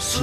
是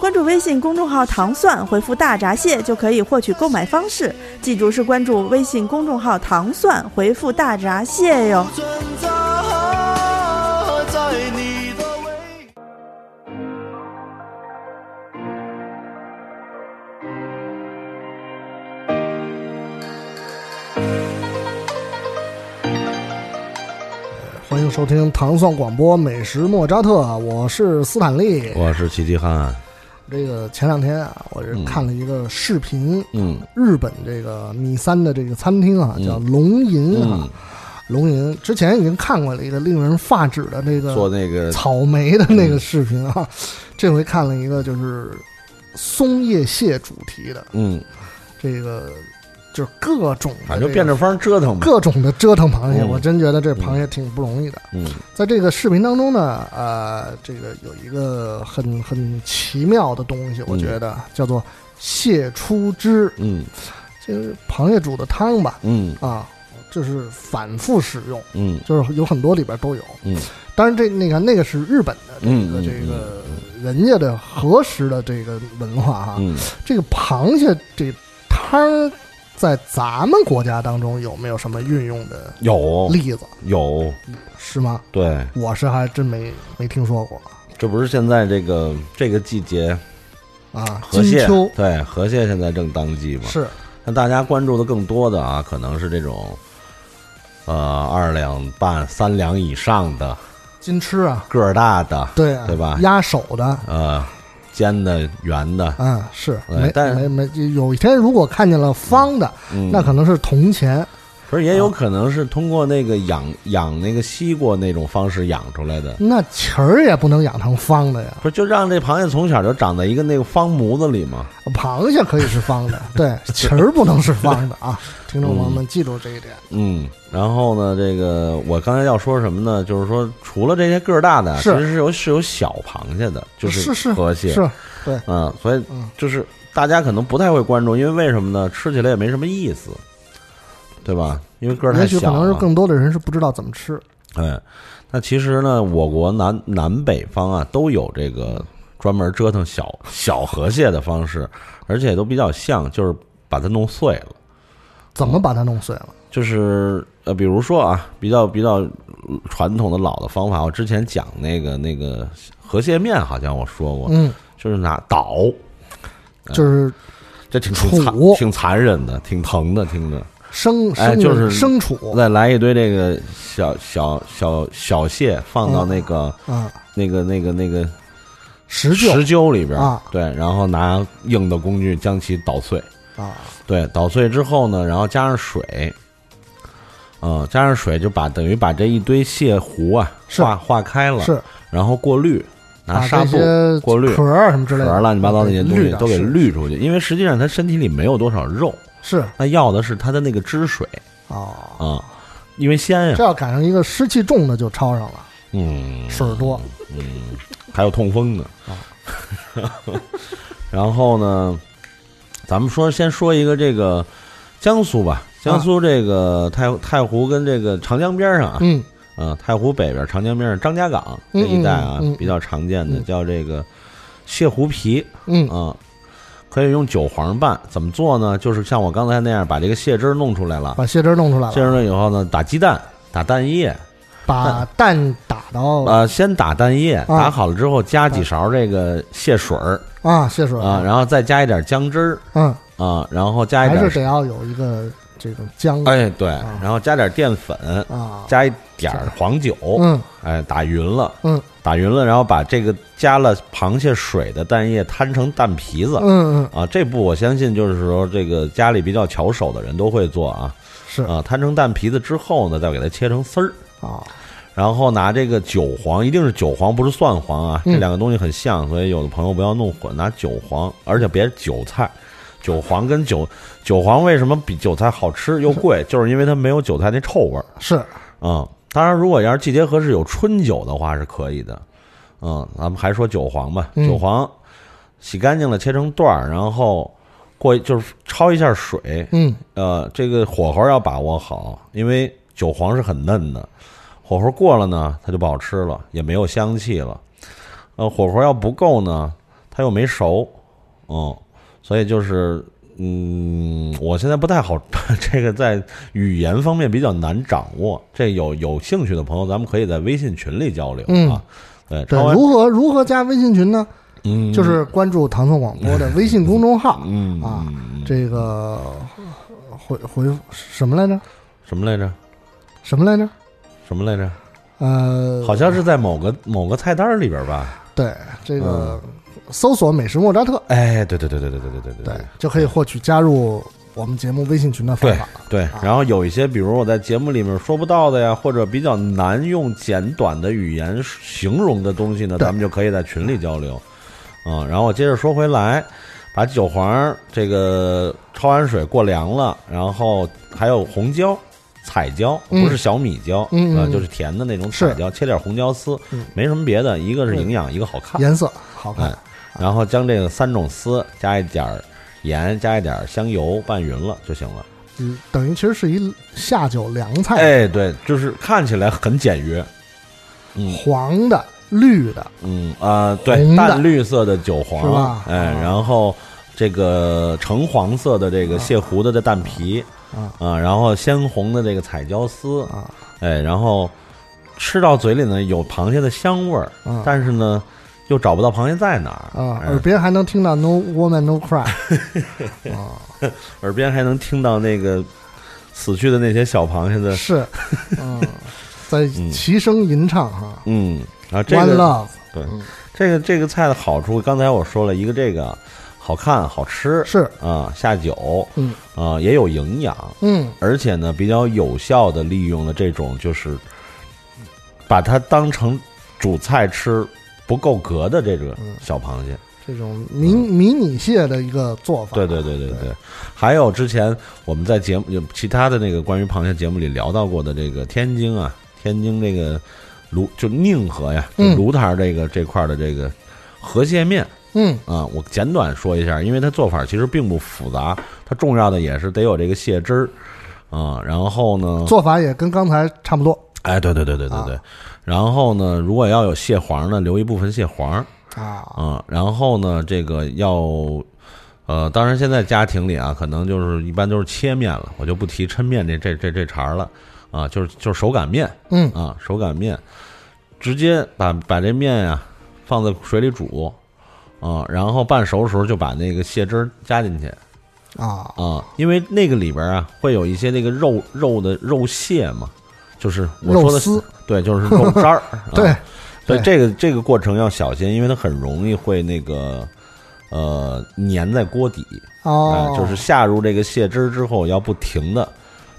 关注微信公众号“糖蒜”，回复“大闸蟹”就可以获取购买方式。记住是关注微信公众号“糖蒜”，回复“大闸蟹”哟。存在在你的胃。欢迎收听糖蒜广播美食莫扎特，我是斯坦利。我是齐齐汉，这个前两天啊，我是看了一个视频，嗯日本这个米三的这个餐厅啊，叫龙银啊嗯，，龙银之前已经看过了一个令人发指的那做个那个草莓的那嗯个视频啊，这回看了一个就是松叶蟹主题的，嗯，这个就是各种的反这正就变个着法儿折腾呗。各种的折腾螃蟹，嗯我真觉得这螃蟹挺不容易的。嗯在这个视频当中呢，呃，这个有一个很很奇妙的东西，我觉得啊叫做蟹出汁，嗯就是螃蟹煮的汤吧，嗯啊，这是反复使用，嗯就是有很多里边都有。嗯，当然这那个那个是日本的这嗯个嗯这个人家的和食的这个文化哈，嗯，这个螃蟹这汤儿在咱们国家当中有没有什么运用的有例子有，是吗？对，我是还真没没听说过这不是现在这个这个季节啊。河金蟹秋，对河蟹现在正当季嘛，是那大家关注的更多的啊，可能是这种，呃，二两半、三两以上的，金吃啊，个儿大的，对啊，对吧压手的，呃，尖的、圆的，嗯，是哎没但没没，有一天如果看见了方的，嗯，那可能是铜钱可是也有可能是通过那个养养那个西瓜那种方式养出来的，那旗儿也不能养成方的呀。不是就让这螃蟹从小就长在一个那个方模子里吗？螃蟹可以是方 的，对，旗儿不能是方的啊。听众朋友们记住这一点。嗯，然后呢，这个我刚才要说什么呢？就是说，除了这些个儿大的，是其实是有是有小螃蟹的，就是是河蟹，是，嗯，所以嗯就是大家可能不太会关注，因为为什么呢？吃起来也没什么意思，对吧？因为个儿太也许可小啊能是了。更多的人是不知道怎么吃。哎，那其实呢，我国南南北方啊都有这个专门折腾小小河蟹的方式，而且都比较像，就是把它弄碎了。怎么把它弄碎了？就是呃，比如说啊，比较比较传统的老的方法，我之前讲那个那个河蟹面，好像我说过，嗯，就是拿捣，嗯就是这挺挺残杵挺残忍的，挺疼的，听着。生哎生就是生杵再来一堆这个小小小小蟹，放到那个、啊，那个那个那个石石臼臼里边儿啊对，然后拿硬的工具将其捣碎，啊，对，捣碎之后呢，然后加上水，嗯，加上水就把等于把这一堆蟹糊啊是化化开了，是然后过滤，把拿纱这布些过滤壳儿什么之类壳的啊儿，乱七八糟那些东滤西掉都给是滤出去，因为实际上它身体里没有多少肉，是它要的是它的那个汁水哦。啊、因为鲜呀这，要赶上一个湿气重的就抄上了，嗯，水儿多嗯，还有痛风呢啊。 然后呢，咱们说先说一个这个江苏吧，江苏这个太太湖跟这个长江边上啊，啊嗯，啊，太湖北边长江边上张家港这嗯一带啊嗯嗯嗯，比较常见的嗯叫这个蟹糊皮嗯啊。可以用韭黄拌，怎么做呢？就是像我刚才那样，把这个蟹汁儿弄出来了，把蟹汁儿弄出来蟹汁了，儿以后呢，打鸡蛋，打蛋液，把蛋打到呃，先打蛋液，哦啊打好了之后加几勺这个蟹水儿啊蟹水啊，然后再加一点姜汁儿嗯，啊，然后加一还是点，得要有一个这个姜哎对啊，然后加点淀粉，啊，加一点儿黄酒，嗯哎，打匀了，嗯打匀了，然后把这个加了螃蟹水的蛋液摊成蛋皮子嗯嗯啊，这步我相信就是说这个家里比较巧手的人都会做啊是啊，摊成蛋皮子之后呢，再给它切成丝儿。啊，然后拿这个韭黄，一定是韭黄，不是蒜黄啊，嗯这两个东西很像，所以有的朋友不要弄混，拿韭黄，而且别是韭菜，韭黄跟韭韭黄为什么比韭菜好吃又贵，就是因为它没有韭菜那臭味儿是嗯。当然，如果要是季节合适有春酒的话是可以的。嗯，咱们还说韭黄吧，嗯韭黄洗干净了切成段儿，然后过就是焯一下水，嗯呃，这个火候要把握好，因为韭黄是很嫩的，火候过了呢，它就不好吃了，也没有香气了。呃，火候要不够呢，它又没熟，嗯，所以就是，嗯，我现在不太好， 这个在语言方面比较难掌握。这有有兴趣的朋友，咱们可以在微信群里交流、嗯啊。对，对超，完如何如何加微信群呢？嗯，就是关注唐宋广播的微信公众号，嗯啊嗯这个回回什么来着？什么来着？什么来着？什么来着？呃，好像是在某个某个菜单里边吧？对这个嗯搜索“美食莫扎特哎，对对对对对对对”，对对，就可以获取加入我们节目微信群的方法。对，然后有一些，比如我在节目里面说不到的呀，或者比较难用简短的语言形容的东西呢，对咱们就可以在群里交流。嗯，然后我接着说回来，把韭黄这个焯完水过凉了，然后还有红椒、彩椒，嗯不是小米椒，嗯嗯啊嗯就是甜的那种彩椒，切点红椒丝嗯，没什么别的，一个是营养，一个好看。颜色好看哎，然后将这个三种丝加一点儿盐，加一点儿香油拌匀了就行了。嗯，等于其实是一下酒凉菜，哎，对，就是看起来很简约。嗯黄的、绿的，嗯啊、对，红的淡绿色的韭是黄吧，哎，啊然后这个橙黄色嗯的这个蟹糊的这蛋皮啊啊，然后鲜红的这个彩椒丝，啊哎，然后吃到嘴里呢有螃蟹的香味儿，啊但是呢又找不到螃蟹在哪儿啊，哎耳边还能听到 “No woman, no cry” 啊，耳边还能听到那个死去的那些小螃蟹的， 是，嗯，在嗯齐声吟唱哈嗯，啊，这，“One 个 Love”，对嗯，这个这个菜的好处，刚才我说了一个这个好看好吃是，啊、下酒，嗯啊、也有营养，嗯，而且呢比较有效的利用了这种就是把它当成主菜吃不够格的这个嗯小螃蟹。这种迷迷你蟹的一个做法，嗯对对对对对，还有之前我们在节目有其他的那个关于螃蟹节目里聊到过的这个天津啊，天津这个芦就宁河呀，就嗯芦台这个这块儿的这个河蟹面。嗯啊、我简短说一下，因为它做法其实并不复杂，它重要的也是得有这个蟹汁儿啊、然后呢，做法也跟刚才差不多哎，对对对对对对，然后呢，如果要有蟹黄呢，留一部分蟹黄啊、啊，然后呢，这个要呃，当然现在家庭里啊，可能就是一般都是切面了，我就不提抻面这这这这茬儿了啊、就是就是手擀面，嗯啊，手擀面，直接把把这面呀、放在水里煮，啊，然后半熟的时候就把那个蟹汁儿加进去啊，啊，因为那个里边啊会有一些那个肉肉的肉蟹嘛，就是我肉说的丝，是 对，就是肉渣儿 对啊，所以对这个这个过程要小心，因为它很容易会那个。呃，粘在锅底，哦啊，，就是下入这个蟹汁儿之后，要不停的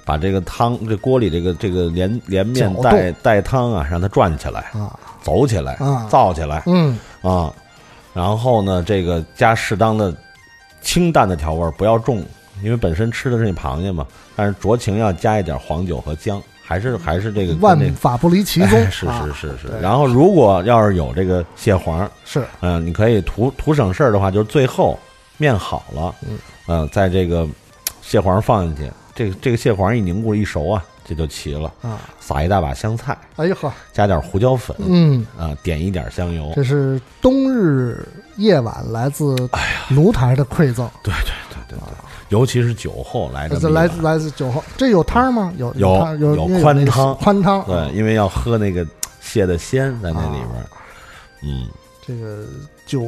把这个汤、这锅里这个这个连连搅面动带带汤啊，让它转起来、啊，走起来、啊造起来嗯啊。然后呢，这个加适当的清淡的调味儿，不要重，因为本身吃的是那螃蟹嘛。但是酌情要加一点黄酒和姜，还是还是这个跟万这个法不离其宗， 哎是啊是是是对。然后如果要是有这个蟹黄，是，嗯、你可以图图省事儿的话，就是最后面好了，嗯嗯、在这个蟹黄放进去，这个这个蟹黄一凝固一熟啊，这就齐了。啊，撒一大把香菜，哎呦呵，加点胡椒粉，啊、嗯，点一点香油这。是冬日夜晚来自哎炉台的馈赠，对对对对对，尤其是酒后来这这么一来碗自来自酒后，这有汤吗？有有汤有有因为宽那个汤宽汤，啊对，因为要喝那个蟹的鲜在那里边儿，啊嗯，这个酒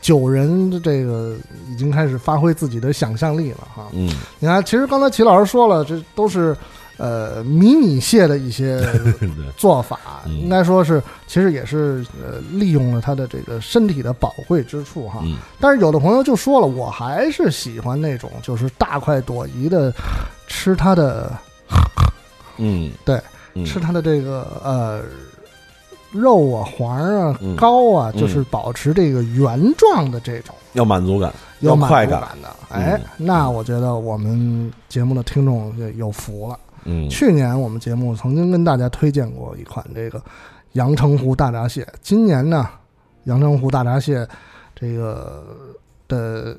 酒人这个已经开始发挥自己的想象力了哈。嗯，你看，其实刚才齐老师说了，这都是呃迷你蟹的一些 对不对？做法，嗯应该说是其实也是呃利用了它的这个身体的宝贵之处哈。嗯但是有的朋友就说了，我还是喜欢那种就是大快朵颐的吃它的嗯，对嗯，吃它的这个呃肉啊、黄啊嗯、膏啊，嗯就是保持这个原状的这种要满足感，有满快足感，嗯感的。哎，那我觉得我们节目的听众就有福了。嗯，去年我们节目曾经跟大家推荐过一款这个阳澄湖大闸蟹，今年呢，阳澄湖大闸蟹这个的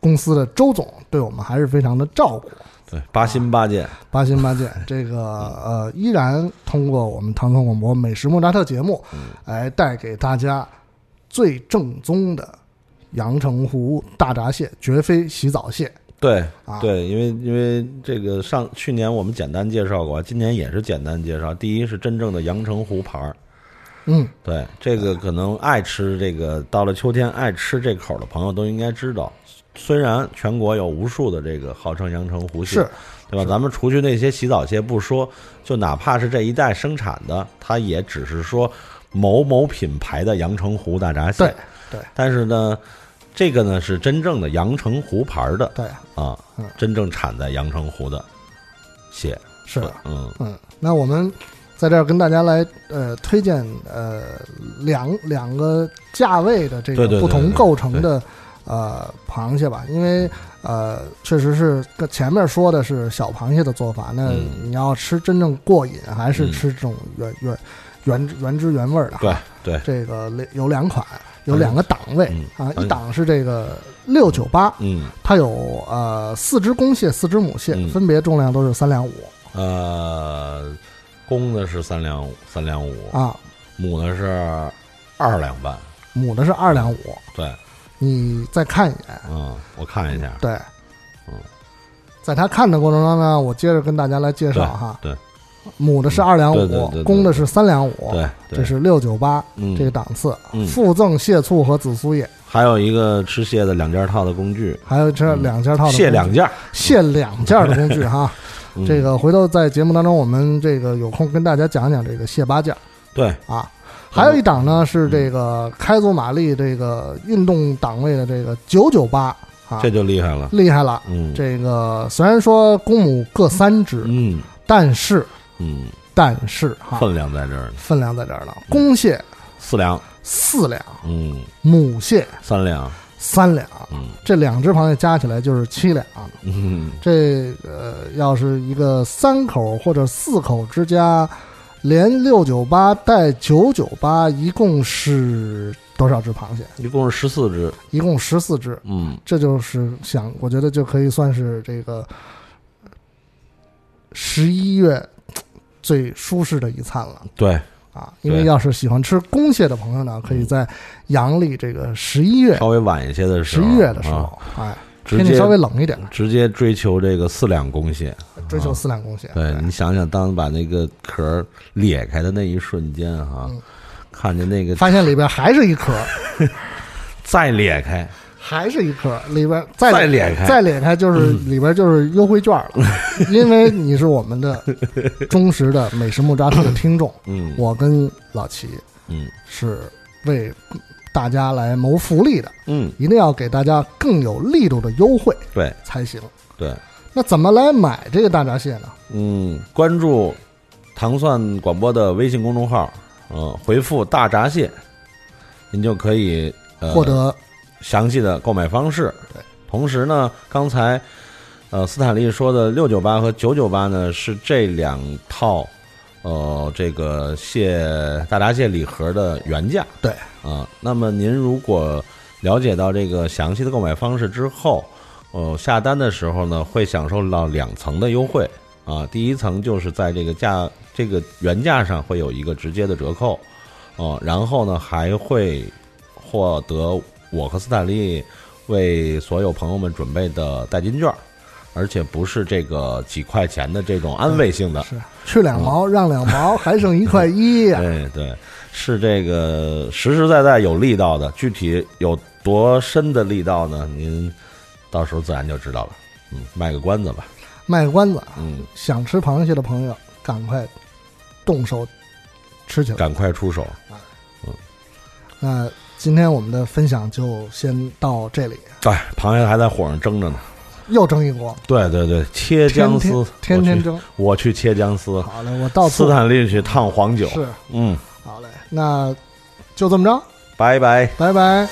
公司的周总对我们还是非常的照顾，对，八心八箭，八心八戒，这个呃，依然通过我们唐宋广播美食莫扎特节目，来带给大家最正宗的阳澄湖大闸蟹，绝非洗澡蟹对啊。，对，因为因为这个上去年我们简单介绍过，今年也是简单介绍。第一是真正的阳澄湖牌儿，嗯，对这个可能爱吃这个，到了秋天爱吃这口的朋友都应该知道。虽然全国有无数的这个号称阳澄湖蟹是，对吧？咱们除去那些洗澡蟹不说，就哪怕是这一代生产的，它也只是说某某品牌的阳澄湖大闸蟹。对对但是呢，这个呢是真正的阳澄湖牌儿的对，啊嗯，真正产在阳澄湖的蟹。是的，嗯，嗯。那我们在这儿跟大家来呃推荐呃两两个价位的这对个对对不对同对构成的呃螃蟹吧，因为呃确实是跟前面说的是小螃蟹的做法，那嗯你要吃真正过瘾，还是嗯吃这种原原原原汁原味儿的哈。对对，这个两有两款，有两个档位嗯啊，嗯一档是这个六九八，嗯它有呃四只公蟹、四只母蟹嗯，分别重量都是三两五呃，公的是三两五，三两五，啊，母的是二两半。母的是二两五，对，你再看一眼，嗯，我看一下，对，嗯，在他看的过程中呢，我接着跟大家来介对绍哈，对母的是二两对对对对五，公的是三两五，对，对这是六九八嗯这个档次嗯，附赠蟹醋和紫苏液，还有一个吃蟹的两件套的工具，还有这两件套的蟹工具嗯两件儿，蟹两件的工具哈， 嗯这个回头在节目当中我们这个有空跟大家讲讲这个蟹八件对，啊。还有一档呢是嗯这个开足马力这个运动档位的这个九九八啊这，就厉害了。厉害了。嗯，这个虽然说公母各三只，嗯但是嗯，但是哈，分量在这儿呢，分量在这儿呢。公蟹四两，四两，嗯，母蟹三两，三两，嗯这两只螃蟹加起来就是七两。嗯，这呃，要是一个三口或者四口之家，连六九八带九九八，一共是多少只螃蟹？一共是十四只，一共十四只。嗯，这就是想，我觉得就可以算是这个十一月嘖最舒适的一餐了对，啊！因为对嗯要是喜欢吃公蟹的朋友呢，可以在阳历这个十一月、稍微晚一些的时十候，一月的时啊候，哎，直天气接稍微冷一点，直接追求这个四两公蟹。追求四两公蟹。啊哎对你想想，当把那个壳儿裂开的那一瞬间哈、嗯看见那个发现里边还是一颗，再裂开，还是一颗，里边再再裂开嗯再裂开就是里边就是优惠券了， 因为你是我们的忠实的美食木扎特的听众，嗯，我跟老齐。嗯是为大家来谋福利的，嗯，一定要给大家更有力度的优惠对才行。对，那怎么来买这个大闸蟹呢？嗯，关注糖蒜广播的微信公众号，嗯、回复“大闸蟹”，您就可以、呃、获得详细的购买方式。对，同时呢，刚才呃斯坦利说的六九八和九九八呢是这两套呃这个蟹大闸蟹礼盒的原价。对啊、那么您如果了解到这个详细的购买方式之后，呃下单的时候呢会享受到两层的优惠啊、第一层就是在这个价这个原价上会有一个直接的折扣。哦，然后呢，还会获得我和斯坦利为所有朋友们准备的代金券，而且不是这个几块钱的这种安慰性的，是去两嗯毛让两毛，还剩一块一呀、对哎对，是这个实实在在有力道的，具体有多深的力道呢？您到时候自然就知道了。嗯，卖个关子吧。卖个关子，嗯，想吃螃蟹的朋友赶快动手吃起来。赶快出手。那今天我们的分享就先到这里，哎，螃蟹还在火上蒸着呢。又蒸一锅，对对对，切天姜天丝，天天我去呃蒸。我去切姜丝。好嘞，我到斯此坦利去烫黄酒，是嗯，好嘞，那就这么着，拜拜。拜拜。